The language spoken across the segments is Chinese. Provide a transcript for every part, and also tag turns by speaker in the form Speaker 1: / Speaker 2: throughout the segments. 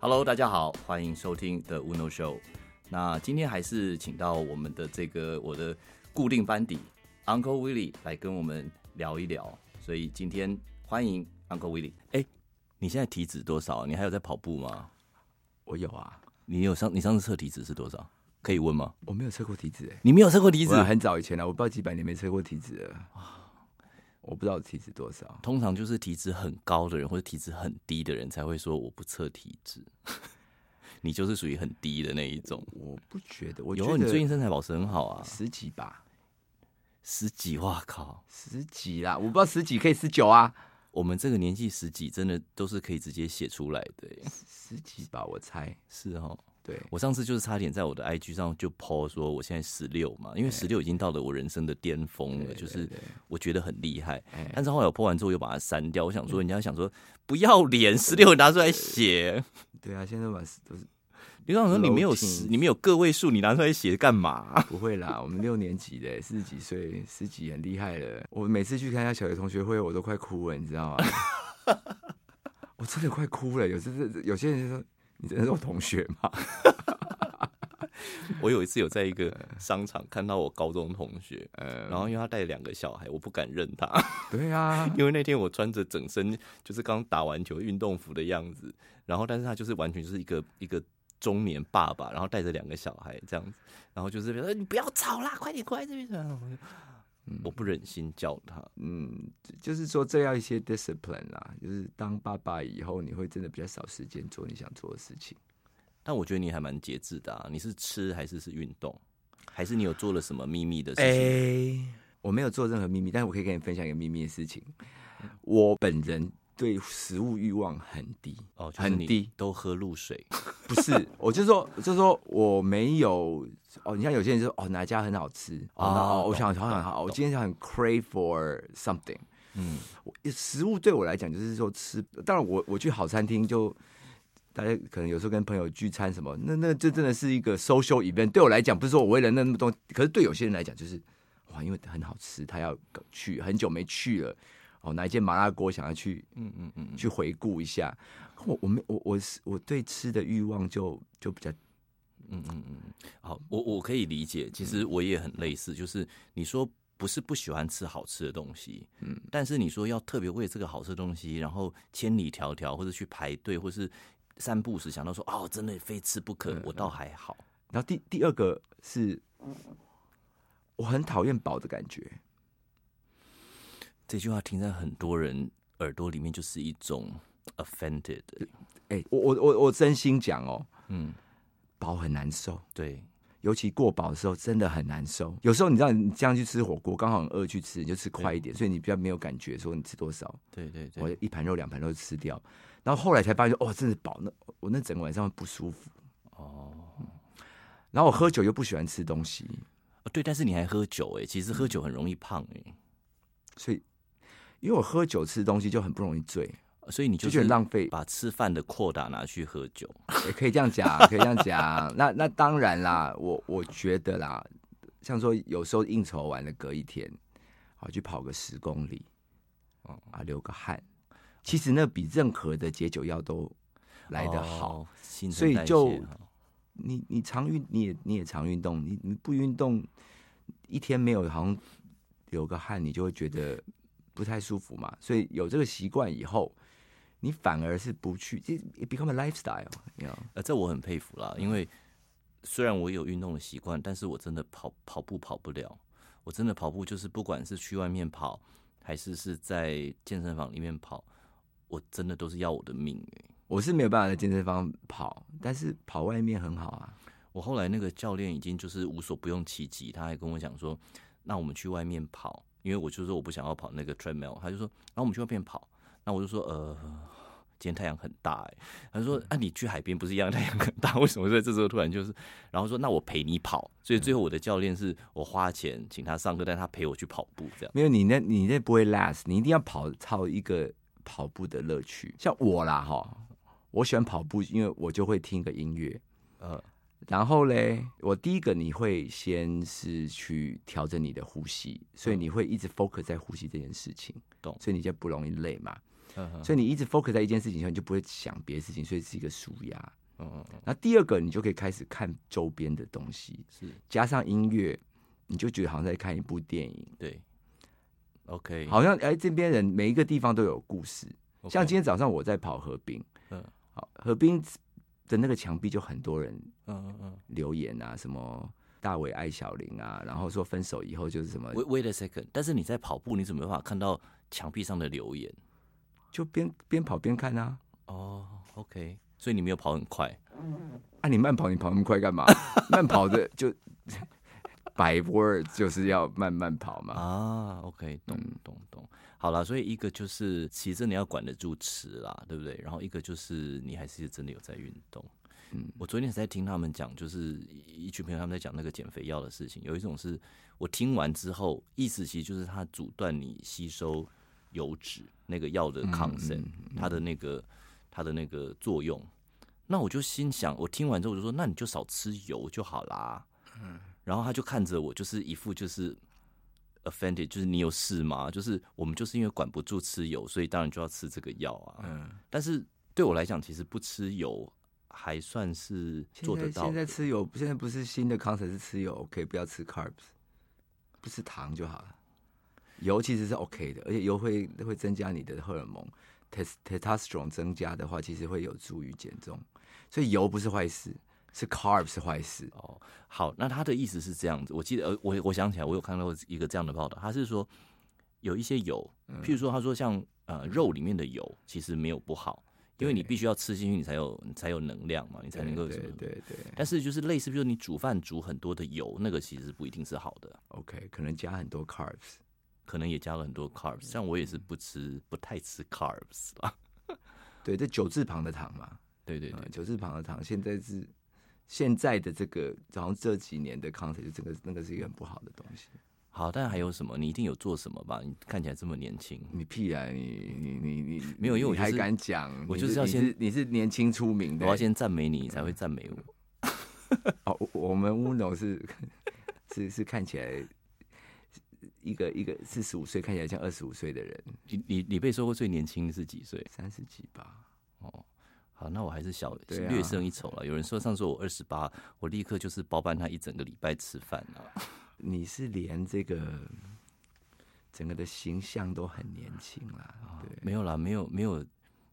Speaker 1: Hello，大家好，欢迎收听 The Uno Show。那今天还是请到我们的这个我的固定班底 Uncle Willie 来跟我们聊一聊，所以今天欢迎 Uncle Willie。哎，你现在体脂多少？啊你还有在跑步吗？
Speaker 2: 我有啊，
Speaker 1: 你有上你上次测体脂是多少？可以问吗？
Speaker 2: 我没有测过体脂、欸，
Speaker 1: 你没有测过体脂
Speaker 2: 我，很早以前啊了、我不知道几百年没测过体脂了。我不知道体脂多少，
Speaker 1: 通常就是体脂很高的人或者体脂很低的人才会说我不测体脂。 你就是属于很低的那一种。
Speaker 2: 我不觉得。我觉
Speaker 1: 有，啊你最近
Speaker 2: 得
Speaker 1: 身材保持很好啊，
Speaker 2: 十几吧，
Speaker 1: 十几，哇靠！
Speaker 2: 十几啦，我不知道十几可以十九啊，
Speaker 1: 我们这个年纪十几真的都是可以直接写出来的耶，
Speaker 2: 十几吧，我猜。
Speaker 1: 是哦。
Speaker 2: 对，
Speaker 1: 我上次就是差点在我的 IG 上就 po 说我现在十六嘛，因为十六已经到了我人生的巅峰了，就是我觉得很厉害。但是后来我 po 完之后又把它删掉，我想说人家想说不要脸，十六拿出来写，
Speaker 2: 对啊，现在满十都是
Speaker 1: 你想说你没有
Speaker 2: Low
Speaker 1: 十，
Speaker 2: teens
Speaker 1: 你没有个位数，你拿出来写干嘛？
Speaker 2: 不会啦，我们六年级的、四十几岁，十几很厉害了。我每次去参加小学同学会，我都快哭了，你知 道吗？我真的快哭了。有时有些人就说：“你真的是我同学吗
Speaker 1: 我有一次有在一个商场看到我高中同学，然后因为他带两个小孩，我不敢认他。？”
Speaker 2: 对啊，
Speaker 1: 因为那天我穿着整身就是刚打完球运动服的样子，然后但是他就是完全就是一个一个中年爸爸，然后带着两个小孩这样子，然后就是说你不要吵啦，快点过来这边。然后我就我不忍心叫他，
Speaker 2: 嗯，就是说这要一些 discipline 啦，就是当爸爸以后，你会真的比较少时间做你想做的事情。
Speaker 1: 但我觉得你还蛮节制的啊。你是吃还是是运动，还是你有做了什么秘密的事情？
Speaker 2: 我没有做任何秘密，但是我可以跟你分享一个秘密的事情。我本人对食物欲望很低，
Speaker 1: 哦，就是
Speaker 2: 很
Speaker 1: 你
Speaker 2: 低，
Speaker 1: 都喝露水，
Speaker 2: 不是，我就说，就说我没有哦。你像有些人就说哦，哪家很好吃哦，
Speaker 1: 哦
Speaker 2: 那哦我
Speaker 1: 懂
Speaker 2: 想好想好，我今天想很 crave for something。嗯，我食物对我来讲就是说吃，当然我我去好餐厅就。大家可能有时候跟朋友聚餐什么，那那这真的是一个 social event。对我来讲，不是说我为了那那么多，可是对有些人来讲，就是哇，因为很好吃，他要去，很久没去了，哦，哪一间麻辣锅想要去，嗯嗯嗯，去回顾一下。我我没我我是我对吃的欲望就就比较
Speaker 1: 好，我我可以理解，其
Speaker 2: 嗯
Speaker 1: 实我也很类似，就是你说不是不喜欢吃好吃的东西，嗯，但是你说要特别为这个好吃的东西，然后千里迢迢或者去排队，或是散步时想到说哦，真的非吃不
Speaker 2: 嗯
Speaker 1: 可，我倒还好。
Speaker 2: 然后第第二个是，我很讨厌饱的感觉。
Speaker 1: 这句话听在很多人耳朵里面就是一种 offended，
Speaker 2: 哎、我我我我真心讲哦，
Speaker 1: 嗯，
Speaker 2: 饱很难受，
Speaker 1: 对，
Speaker 2: 尤其过饱的时候真的很难受。有时候你知道你这样去吃火锅，刚好很饿去吃，你就吃快一点，所以你比较没有感觉说你吃多少，
Speaker 1: 对对对
Speaker 2: 我，一盘肉两盘肉吃掉。然后后来才发现，哦，真的饱，那我那整个晚上会不舒服。嗯
Speaker 1: 哦，
Speaker 2: 然后我喝酒又不喜欢吃东西，
Speaker 1: 哦对，但是你还喝酒哎、其实
Speaker 2: 嗯
Speaker 1: 喝酒很容易胖哎、
Speaker 2: 所以因为我喝酒吃东西就很不容易醉，
Speaker 1: 所以你
Speaker 2: 就
Speaker 1: 就是
Speaker 2: 觉得浪费。
Speaker 1: 把吃饭的扩大拿去喝酒。
Speaker 2: 也可以这样讲，可以这样讲。那那当然啦，我我觉得啦，像说有时候应酬完了隔一天，啊，去跑个十公里，啊，流个汗，其实那比任何的解酒药都来得好。
Speaker 1: 哦，新陈
Speaker 2: 所以
Speaker 1: 代谢
Speaker 2: 就
Speaker 1: 哈
Speaker 2: 你你常运，你也你也常运动，你你不运动，一天没有好像流个汗，你就会觉得不太舒服嘛。所以有这个习惯以后，你反而是不去，it it become a lifestyle，you know。
Speaker 1: 呃，这我很佩服啦，因为虽然我有运动的习惯，但是我真的跑跑步跑不了，我真的跑步就是不管是去外面跑，还是是在健身房里面跑，我真的都是要我的命欸
Speaker 2: 我是没有办法在健身房跑，但是跑外面很好啊。
Speaker 1: 我后来那个教练已经就是无所不用其极，他还跟我讲说，那我们去外面跑，因为我就说我不想要跑那个 treadmill，他就说，然后我们去外面跑，那我就说呃。今天太阳很大哎、他就说：“啊，你去海边不是一样太阳很大？为什么在这时候突然就是？”然后说：“那我陪你跑。”所以最后我的教练是我花钱请他上课，但他陪我去跑步这样。
Speaker 2: 没有你那，你那不会 last，你一定要跑操一个跑步的乐趣。像我啦哈，我喜欢跑步，因为我就会听个音乐，
Speaker 1: 呃，
Speaker 2: 然后嘞，我第一个你会先是去调整你的呼吸，所以你会一直 focus 在呼吸这件事情，
Speaker 1: 嗯懂
Speaker 2: 所以你就不容易累嘛。
Speaker 1: 嗯哼
Speaker 2: 所以你一直 focus 在一件事情上，你就不会想别的事情，所以是一个舒压。
Speaker 1: 嗯嗯嗯，
Speaker 2: 那第二个，你就可以开始看周边的东西，
Speaker 1: 是
Speaker 2: 加上音乐，你就觉得好像在看一部电影，
Speaker 1: 对。OK，
Speaker 2: 好像哎，这边人每一个地方都有故事。
Speaker 1: OK，
Speaker 2: 像今天早上我在跑河滨，
Speaker 1: 嗯
Speaker 2: 好，河滨的那个墙壁就很多人
Speaker 1: 嗯嗯嗯
Speaker 2: 留言啊，什么大伟爱小林啊，然后说分手以后就是什么，
Speaker 1: ，Wait wait a second，但是你在跑步，你怎么办法看到墙壁上的留言？
Speaker 2: 就边边跑边看啊。
Speaker 1: 哦，OK，所以你没有跑很快，
Speaker 2: 啊，你慢跑，你跑那么快 干嘛？慢跑的就 百 word 就是要慢慢跑嘛。
Speaker 1: 啊，OK，懂懂懂，好啦，所以一个就是其实真的要管得住吃啦，对不对？然后一个就是你还是真的有在运动。嗯，我昨天才在听他们讲，就是一一群朋友他们在讲那个减肥药的事情，有一种是我听完之后，意思其实就是它阻断你吸收油脂那个药的抗生，它的那个它的那个作用。那我就心想，我听完之后我就说，那你就少吃油就好啦。嗯，然后他就看着我，就是一副就是 offended，就是你有事吗？就是我们就是因为管不住吃油，所以当然就要吃这个药啊。嗯，但是对我来讲，其实不吃油还算是做得
Speaker 2: 现在
Speaker 1: 到
Speaker 2: 现
Speaker 1: 的
Speaker 2: 在吃油，现在不是新的 concept 是吃油 OK，不要吃 carbs，不吃糖就好了。油其实是 OK 的，而且油会会增加你的荷尔蒙，test testosterone 增加的话，其实会有助于减重。所以油不是坏事，是 carb 是坏事。
Speaker 1: 哦，好，那他的意思是这样子，我记得，呃，我我想起来，我有看到一个这样的报道，他是说有一些油，
Speaker 2: 嗯
Speaker 1: 譬如说他说像呃肉里面的油其实没有不好，因为你必须要吃进去，你才有你才有能量嘛，你才能够
Speaker 2: 对
Speaker 1: 什么
Speaker 2: 对
Speaker 1: 什么。
Speaker 2: 对对
Speaker 1: 但是就是类似，比如说你煮饭煮很多的油，那个其实不一定是好的，
Speaker 2: ，OK，可能加很多 carbs。
Speaker 1: 可能也加了很
Speaker 2: 嗯
Speaker 1: 多 carbs。像我也是不吃，不太吃 carbs 啦。
Speaker 2: 对，这九字旁的糖嘛，
Speaker 1: 对对对
Speaker 2: 嗯，九字旁的糖，现在是现在的这个，好像这几年的 concept，就这个那个是一个很不好的东西。
Speaker 1: 好，但还有什么？你一定有做什么吧？你看起来这么年轻，
Speaker 2: 你屁啊！你你你你
Speaker 1: 没有因为我
Speaker 2: 你
Speaker 1: 就是
Speaker 2: 还敢讲，
Speaker 1: 我
Speaker 2: 你
Speaker 1: 就是要先
Speaker 2: 你是你是年轻出名
Speaker 1: 我
Speaker 2: 的、
Speaker 1: 要先赞美你，你
Speaker 2: 嗯
Speaker 1: 才会赞美我。
Speaker 2: 哦，我我们乌龙是 是是看起来一个一个四十五岁看起来像二十五岁的人，
Speaker 1: 你你你被说过最年轻的是几岁？
Speaker 2: 三十几吧。
Speaker 1: 好，那我还是小
Speaker 2: 对啊
Speaker 1: 略胜一筹了。有人说上次我二十八，我立刻就是包办他一整个礼拜吃饭啊。
Speaker 2: 你是连这个整个的形象都很年轻啦，对，
Speaker 1: 没有啦，没有没有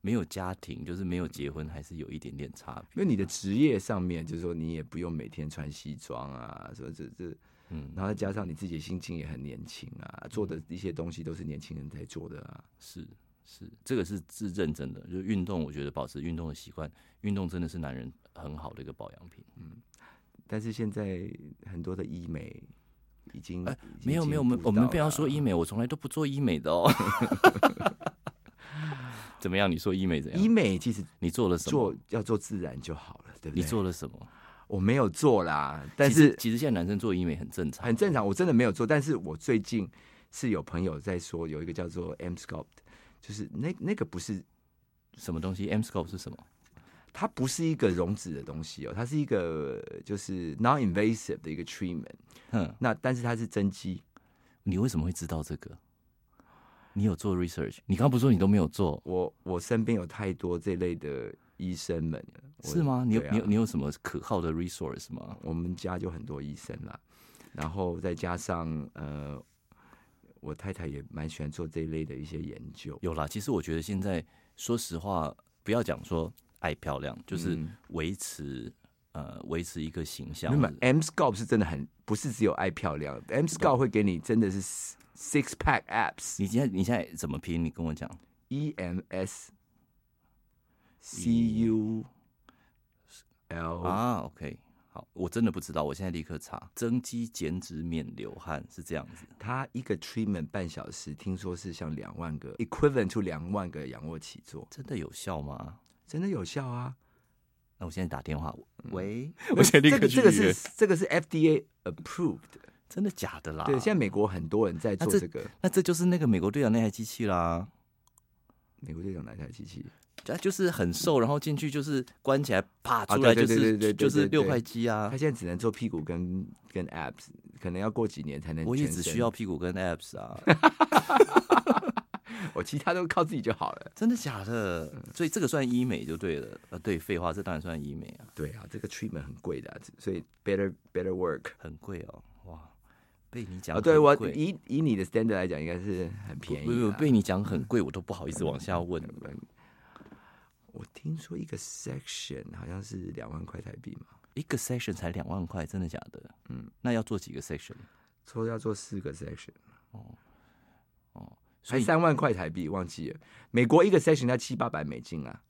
Speaker 1: 没有家庭，就是没有结婚，还是有一点点差别。
Speaker 2: 因为你的职业上面，就是说你也不用每天穿西装啊，说这这，
Speaker 1: 嗯
Speaker 2: 嗯，然后再加上你自己的心境也很年轻啊，做的一些东西都是年轻人在做的啊。
Speaker 1: 是是，这个是是认真的。就是运动，我觉得保持运动的习惯，运动真的是男人很好的一个保养品。
Speaker 2: 但是现在很多的医美已经
Speaker 1: 哎
Speaker 2: 已经
Speaker 1: 没有没有，我
Speaker 2: 进
Speaker 1: 们
Speaker 2: 步到
Speaker 1: 我们不要说
Speaker 2: 了
Speaker 1: 医美，我从来都不做医美的哦。 怎么样？你说医美怎
Speaker 2: 医
Speaker 1: 样？
Speaker 2: 美，其实
Speaker 1: 你做啊了什么？
Speaker 2: 做要做自然就好了，对不对？
Speaker 1: 你做了什么？
Speaker 2: 我没有做啦，但
Speaker 1: 其实
Speaker 2: 是
Speaker 1: 其实现在男生做医美很正常，
Speaker 2: 很正常，我真的没有做。但是我最近是有朋友在说，有一个叫做 M Sculpt，就是那那个不是
Speaker 1: 什么东西？M scope 是什么？
Speaker 2: 它不是一个溶脂的东西哦，它是一个呃就是 non-invasive 的一个 treatment。
Speaker 1: 哼，
Speaker 2: 那但是它是增肌，
Speaker 1: 你为什么会知道这个？你有做 research？你刚不是说你都没有做，
Speaker 2: 我我身边有太多这类的医生们了，我
Speaker 1: 是吗？你有、
Speaker 2: 对啊
Speaker 1: 你有你有什么可靠的 resource 吗？
Speaker 2: 我们家就很多医生啦，然后再加上呃，我太太也蛮喜欢做这一类的一些研究。
Speaker 1: 有啦，其实我觉得现在说实话，不要讲说爱漂亮，就是
Speaker 2: 嗯
Speaker 1: 维持、呃维持一个形象
Speaker 2: 那。么 M Sculpt 是真的很不是只有爱漂亮，M Sculpt 会给你真的是 six pack abs，E
Speaker 1: 你现在你现在怎么拼？你跟我讲
Speaker 2: M S C U L
Speaker 1: 啊？OK，好，我真的不知道，我现在立刻查增肌减脂免流汗是这样子。
Speaker 2: 它一个 treatment 半小时，听说是像两万个 equivalent to 两万个仰卧起坐，
Speaker 1: 真的有效吗？
Speaker 2: 真的有效啊！
Speaker 1: 那我现在打电话，喂， 我现在立
Speaker 2: 这
Speaker 1: 刻
Speaker 2: 个
Speaker 1: 去
Speaker 2: 这
Speaker 1: 约。
Speaker 2: 个是这个是 FDA approved，的、
Speaker 1: 真的假的啦？
Speaker 2: 对，现在美国很多人在
Speaker 1: 那
Speaker 2: 做
Speaker 1: 啊这
Speaker 2: 这个。
Speaker 1: 那这就是那个美国队长那台机器啦。
Speaker 2: 美国队长哪台机器？
Speaker 1: 他就是很瘦，然后进去就是关起来，啪
Speaker 2: 啊
Speaker 1: 出来
Speaker 2: 对
Speaker 1: 就
Speaker 2: 对对对对
Speaker 1: 是
Speaker 2: 对
Speaker 1: 就是
Speaker 2: 对对
Speaker 1: 六块肌啊
Speaker 2: 他。现在只能做屁股跟跟 abs，可能要过几年才能。
Speaker 1: 我也只需要，屁股跟 abs 啊，
Speaker 2: 我其他都靠自己就好了。
Speaker 1: 真的假的？所以这个算医美就对了。呃，对，废话，这当然算医美啊，
Speaker 2: 对啊，这个 treatment 很贵的啊、所以 better better work。
Speaker 1: 很贵哦，哇，被你讲
Speaker 2: 啊，
Speaker 1: 很
Speaker 2: 对我
Speaker 1: 贵
Speaker 2: 以以你的 standard 来讲，应该是很便宜啊嗯
Speaker 1: 不
Speaker 2: 啦。
Speaker 1: 不被你讲很贵，我都不好意思往下问。
Speaker 2: 我听说一个 section 好像是两万块台币嘛，
Speaker 1: 一个 session 才两万块，真的假的？
Speaker 2: 嗯，
Speaker 1: 那要做几个 session？
Speaker 2: 说要做四个 section，
Speaker 1: 哦，所
Speaker 2: 还
Speaker 1: 以
Speaker 2: 三万块台币，忘记了。美国一个 section 要七八百美金啊，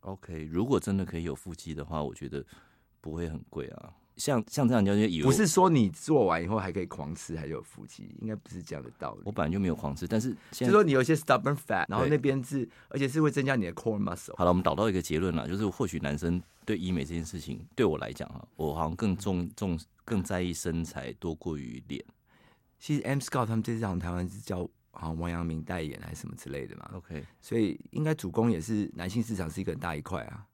Speaker 1: OK，如果真的可以有腹肌的话，我觉得不会很贵啊。像像这样，人家就以为
Speaker 2: 不
Speaker 1: 我
Speaker 2: 是说你做完以后还可以狂吃，还有腹肌，应该不是这样的道理
Speaker 1: 我。本来就没有狂吃，但是
Speaker 2: 就
Speaker 1: 现
Speaker 2: 是
Speaker 1: 在
Speaker 2: 说你有一些 stubborn fat，然后
Speaker 1: 对
Speaker 2: 那边是，而且是会增加你的 core muscle。
Speaker 1: 好了，我们导到一个结论了，就是或许男生对医美这件事情，对我来讲啊，我好像更重重更在意身材多过于脸。
Speaker 2: 其实 M Scott 他们这次好像台湾是叫好像王阳明代言还是什么之类的嘛，
Speaker 1: OK，
Speaker 2: 所以应该主攻也是男性市场是一个很大一块啊。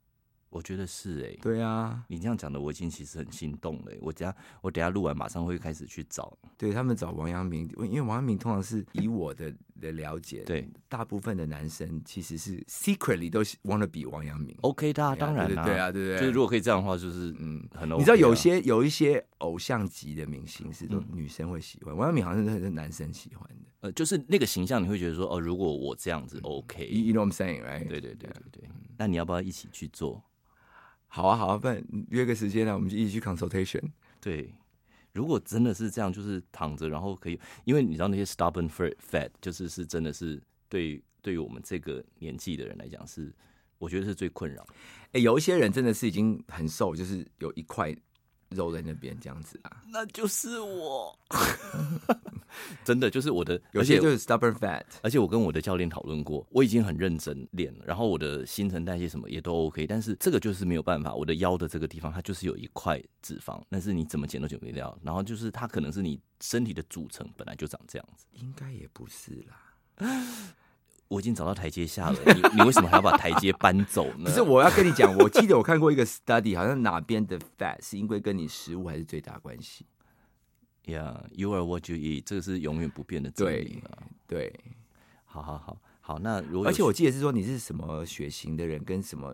Speaker 1: 我觉得是哎、
Speaker 2: 对啊，
Speaker 1: 你这样讲的，我已经其实很心动了欸、我等下我等下录完，马上会开始去找。
Speaker 2: 对他们找王阳明，因为王阳明通常是以我的的了解，
Speaker 1: 对
Speaker 2: 大部分的男生其实是 secretly 都 want to 比王阳明。
Speaker 1: ，OK 的、啊，当然
Speaker 2: 对
Speaker 1: 啦、
Speaker 2: 对啊，对不对？
Speaker 1: 就是如果可以这样的话，就是
Speaker 2: 嗯。
Speaker 1: 很 OK 啊、
Speaker 2: 你知道有些有一些偶像级的明星是
Speaker 1: 嗯
Speaker 2: 都女生会喜欢，王阳明好像是是男生喜欢的。
Speaker 1: 呃，就是那个形象，你会觉得说，哦，如果我这
Speaker 2: 嗯
Speaker 1: 样子 OK，
Speaker 2: You you know what I'm saying, right?
Speaker 1: 对对对对对，嗯那你要不要一起去做？
Speaker 2: 好啊，好啊，不然约个时间呢、我们就一起去 consultation。
Speaker 1: 对，如果真的是这样，就是躺着，然后可以，因为你知道那些 stubborn fat fat，就是是真的是对对于我们这个年纪的人来讲是，我觉得是最困扰。
Speaker 2: 哎、有一些人真的是已经很瘦，就是有一块肉在那边这样子啊。
Speaker 1: 那就是我， 真的就是我 的，
Speaker 2: 有
Speaker 1: 而
Speaker 2: 些
Speaker 1: 且
Speaker 2: 就是 stubborn fat，
Speaker 1: 而且我跟我的教练讨论过，我已经很认真练了，然后我的新陈代谢什么也都 OK，但是这个就是没有办法，我的腰的这个地方它就是有一块脂肪，但是你怎么减都减不掉，然后就是它可能是你身体的组成本来就长这样子。
Speaker 2: 应该也不是啦。
Speaker 1: 我已经找到台阶下了，你你为什么还要把台阶 搬走呢？
Speaker 2: 可是我要跟你讲，我记得我看过一个 study，好像哪边的 fat 是因为跟你食物还是最大关系。
Speaker 1: ，Yeah，you are what you eat，这个是永远不变的真理了。
Speaker 2: 对，
Speaker 1: 好好好好，那如果有
Speaker 2: 而且我记得是说你是什么血型的人，跟什么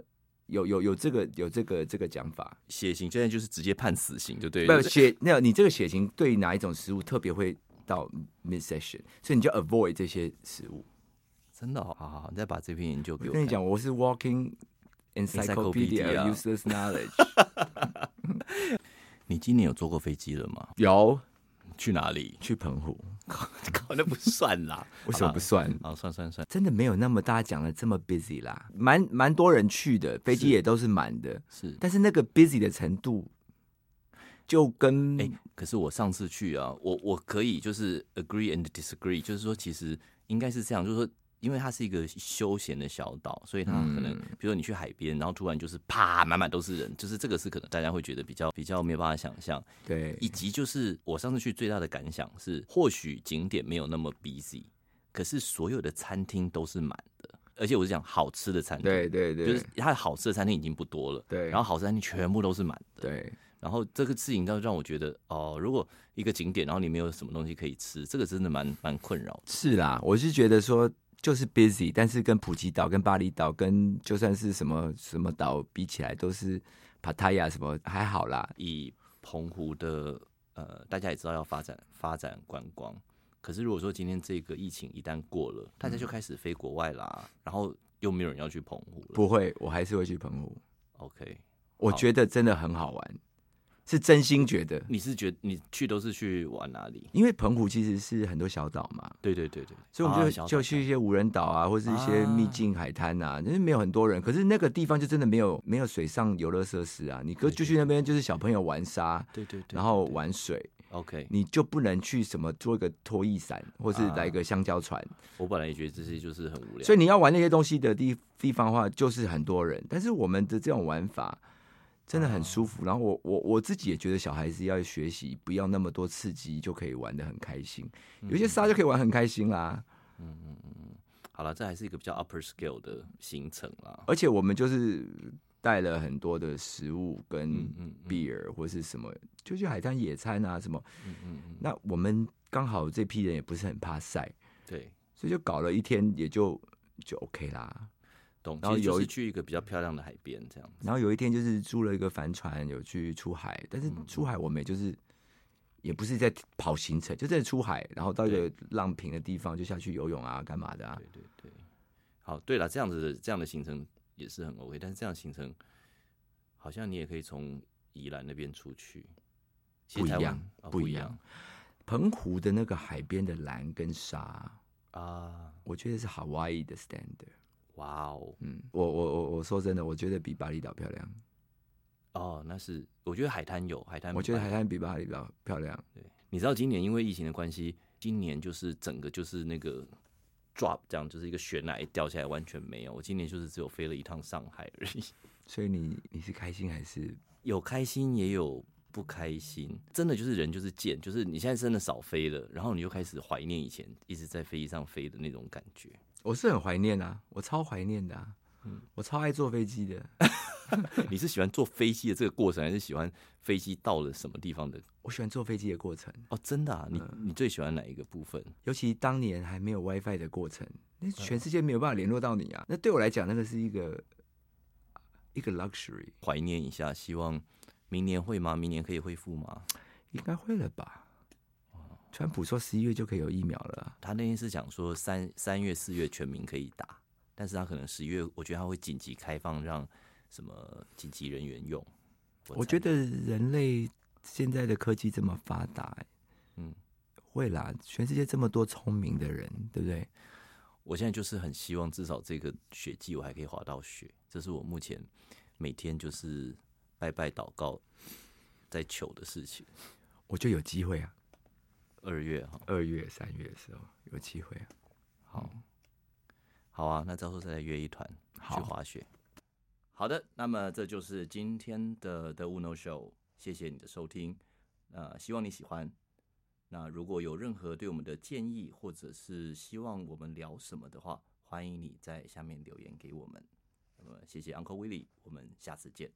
Speaker 2: 有有有这个有这个这个讲法。
Speaker 1: 血型现在就是直接判死刑，就对
Speaker 2: 不
Speaker 1: 了。就
Speaker 2: 是
Speaker 1: 是
Speaker 2: 血，那你这个血型对哪一种食物特别会到 mid section，所以你就 avoid 这些食物。
Speaker 1: 真的哦、好好好，你再把这篇研究给
Speaker 2: 我
Speaker 1: 我
Speaker 2: 跟
Speaker 1: 看
Speaker 2: 你。讲，我是 walking
Speaker 1: Encyclopedia
Speaker 2: encyclopedia of useless knowledge。
Speaker 1: 你今年有坐过飞机了吗？
Speaker 2: 有
Speaker 1: 去哪里？
Speaker 2: 去澎 湖，
Speaker 1: 靠，那不算 啦。
Speaker 2: 为什么不算？
Speaker 1: 好，哦算算算，
Speaker 2: 真的没有那么大家讲的这么 busy 啦，蛮蛮多人去的，飞机
Speaker 1: 是
Speaker 2: 也都是满的，
Speaker 1: 是。
Speaker 2: 但是那个 busy 的程度就跟、
Speaker 1: 哎、可是我上次去啊，我我可以就是 agree and disagree，就是说其实应该是这样，就是说。因为它是一个休闲的小岛，所以它可能，比如说你去海边，然后突然就是啪，满满都是人，就是这个是可能大家会觉得比较比较没有办法想象，
Speaker 2: 对
Speaker 1: 以及就是我上次去最大的感想是，或许景点没有那么 busy，可是所有的餐厅都是满的，而且我是讲好吃的餐厅，
Speaker 2: 对对对，
Speaker 1: 就是它的好吃的餐厅已经不多了，
Speaker 2: 对
Speaker 1: 然后好吃的餐厅全部都是满的，
Speaker 2: 对
Speaker 1: 然后这个事情让让我觉得，哦，如果一个景点，然后你没有什么东西可以吃，这个真的蛮蛮困扰的。
Speaker 2: 是啦，我是觉得说。就是 busy，但是跟普吉岛、跟巴厘岛、跟就算是什么什么岛比起来，都是 Pattaya 什么还好啦。
Speaker 1: 以澎湖的呃，大家也知道要发展发展观光，可是如果说今天这个疫情一旦过了，大家就开始飞国外啦，然后又没有人要去澎湖了。
Speaker 2: 不会，我还是会去澎湖。
Speaker 1: OK，
Speaker 2: 我觉得真的很好玩，是真心觉得，
Speaker 1: 你是觉得你去都是去玩哪里？
Speaker 2: 因为澎湖其实是很多小岛嘛，
Speaker 1: 对对对对，
Speaker 2: 所以我们
Speaker 1: 啊
Speaker 2: 就、
Speaker 1: 小岛
Speaker 2: 就去一些无人岛啊，或是一些秘境海滩啊，就是没有很多人，可是那个地方就真的没有没有水上游乐设施啊，你哥就去那边就是小朋友玩沙。
Speaker 1: 对对对，
Speaker 2: 然后玩水，
Speaker 1: OK，
Speaker 2: 你就不能去什么做一个拖曳伞，或
Speaker 1: 啊
Speaker 2: 是来一个香蕉船。
Speaker 1: 我本来也觉得这些就是很无聊，
Speaker 2: 所以你要玩那些东西的地地方的话，就是很多人。但是我们的这种玩法真的很舒
Speaker 1: 啊
Speaker 2: 服。然后我我我自己也觉得小孩子要学习，不要那么多
Speaker 1: 嗯
Speaker 2: 刺激就可以玩的很开心。有些沙就可以玩很开心啦。
Speaker 1: 好了，这还是一个比较 upper scale 的行程啦。
Speaker 2: 而且我们就是带了很多的食物跟
Speaker 1: 嗯嗯嗯
Speaker 2: beer 或是什么，就去海滩野餐啊什么。
Speaker 1: 嗯嗯嗯，
Speaker 2: 那我们刚好这批人也不是很怕晒，
Speaker 1: 对，
Speaker 2: 所以就搞了一天，也就就 OK 啦。
Speaker 1: 懂。
Speaker 2: 然后
Speaker 1: 其实就
Speaker 2: 有
Speaker 1: 是
Speaker 2: 一嗯
Speaker 1: 去一个比较漂亮的海边这样子。
Speaker 2: 然后有一天就是租了一个帆船，有去出海，但是
Speaker 1: 嗯
Speaker 2: 出海我们也就是也不是在跑行程，就真的出海，然后到一个浪平的地方就下去游泳啊，干嘛的啊？
Speaker 1: 对对对，好，对了，这样子的这样的行程也是很 OK，但是这样的行程好像你也可以从宜兰那边出去，其实
Speaker 2: 不一
Speaker 1: 台湾
Speaker 2: 样
Speaker 1: 哦
Speaker 2: 不
Speaker 1: 不
Speaker 2: 一样澎湖的那个海边的蓝跟沙，
Speaker 1: 啊！
Speaker 2: 我觉得是 Hawaii 的 standard。
Speaker 1: 哇哦
Speaker 2: 嗯，我我我我说真的，我觉得比巴厘岛漂亮，
Speaker 1: 哦，那是我觉得海滩有海滩，
Speaker 2: 我觉得海。滩比巴厘岛漂亮。
Speaker 1: 你知道今年因为疫情的关系，今年就是整个就是那个 drop 这样，就是一个悬崖掉下来，完全没有。我今年就是只有飞了一趟上海而已，
Speaker 2: 所以你你是开心还是
Speaker 1: 有开心也有不开心，真的就是人就是贱，就是你现在真的少飞了，然后你就开始怀念以前一直在飞机上飞的那种感觉。
Speaker 2: 我是很怀念啊，我超怀念的、啊，
Speaker 1: 嗯
Speaker 2: 我超爱坐飞机的。
Speaker 1: 你是喜欢坐飞机的这个过程，还是喜欢飞机到了什么地方的？
Speaker 2: 我喜欢坐飞机的过程，
Speaker 1: 哦，真的啊，你
Speaker 2: 嗯
Speaker 1: 你最喜欢哪一个部分？
Speaker 2: 尤其当年还没有 WiFi 的过程，那全世界没有办法联络到你啊。那对我来讲，那个是一个一个 luxury，
Speaker 1: 怀念一下，希望明年会吗？明年可以恢复吗？
Speaker 2: 应该会了吧？川普说十一月就可以有疫苗了啊、
Speaker 1: 他那天是讲说三三月四月全民可以打，但是他可能十一月，我觉得他会紧急开放让什么紧急人员用。
Speaker 2: 我觉
Speaker 1: 得
Speaker 2: 得人类现在的科技这么发达、
Speaker 1: 嗯
Speaker 2: 嗯，会啦。全世界这么多聪明的人，对不对？
Speaker 1: 我现在就是很希望至少这个雪季我还可以滑到雪，这是我目前每天就是拜拜祷告在求的事情。
Speaker 2: 我觉得有机会啊，
Speaker 1: 二月哈，
Speaker 2: 二月、三月的时候有机会啊。
Speaker 1: 好，好啊，那到时候再来约一团去
Speaker 2: 好
Speaker 1: 滑雪。好的，那么这就是今天的的 Uno Show，谢谢你的收听，呃，希望你喜欢。那如果有任何对我们的建议，或者是希望我们聊什么的话，欢迎你在下面留言给我们。那么谢谢 Uncle Willie，我们下次见，